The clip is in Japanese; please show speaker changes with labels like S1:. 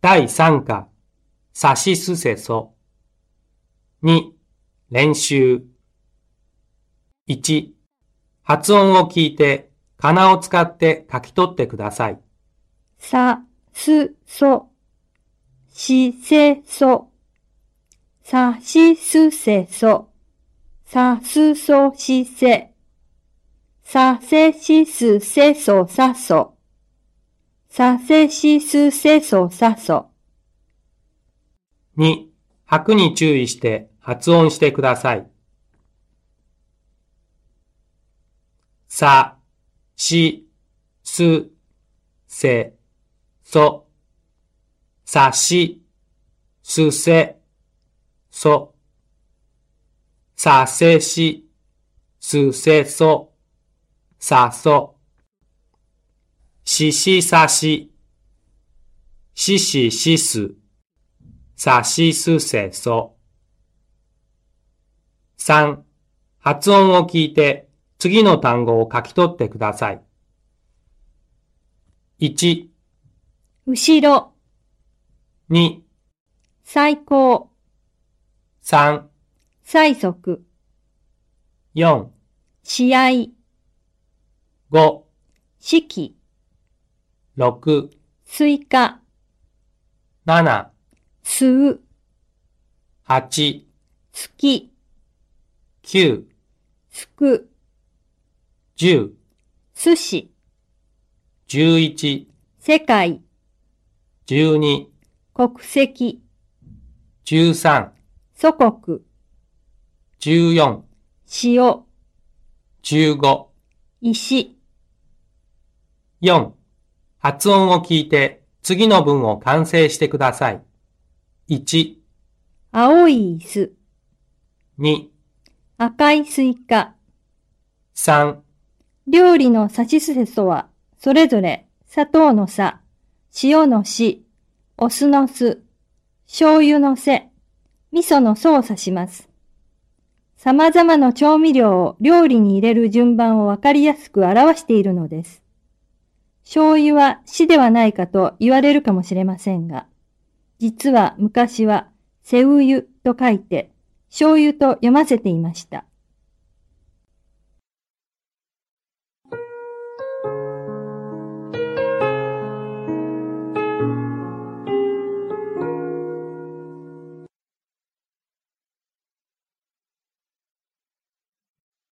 S1: 第3課、さしすせそ。2、練習。1、発音を聞いて、かなを使って書き取ってください。
S2: さ、す、そ、し、せ、そ、さ、し、す、せ、そ、さ、す、そ、し、せ、さ、せ、し、す、せ、そ、さ、そ、さ、せ、し、す、せ、そ、さ、そ、
S1: 2、拍に注意して発音してください。さ、し、す、せ、そ。さし、すせ、そ。させし、すせそ。さそ。ししさし。しししす。さしすせそ。三、発音を聞いて次の単語を書き取ってください。一、
S2: 後ろ、
S1: 二、
S2: 最高、
S1: 三、
S2: 最速、
S1: 四、
S2: 試合、
S1: 五、
S2: 四季、
S1: 六、
S2: スイカ、
S1: 七、
S2: 吸う、
S1: 八、
S2: 好き、
S1: 九、
S2: すく、
S1: 十、
S2: 寿司、
S1: 十一、
S2: 世界、
S1: 十二、
S2: 国籍、
S1: 十三、
S2: 祖国、
S1: 十四、
S2: 塩、
S1: 十五、
S2: 石、
S1: 四。発音を聞いて次の文を完成してください。一、
S2: 青い椅子、
S1: 二、
S2: 赤いスイカ、
S1: 三、
S2: 料理のさしすせそは、それぞれ、砂糖のさ、塩のし、お酢の酢、醤油のせ、味噌の素を指します。様々な調味料を料理に入れる順番をわかりやすく表しているのです。醤油は死ではないかと言われるかもしれませんが、実は昔は、背油と書いて、醤油と読ませていました。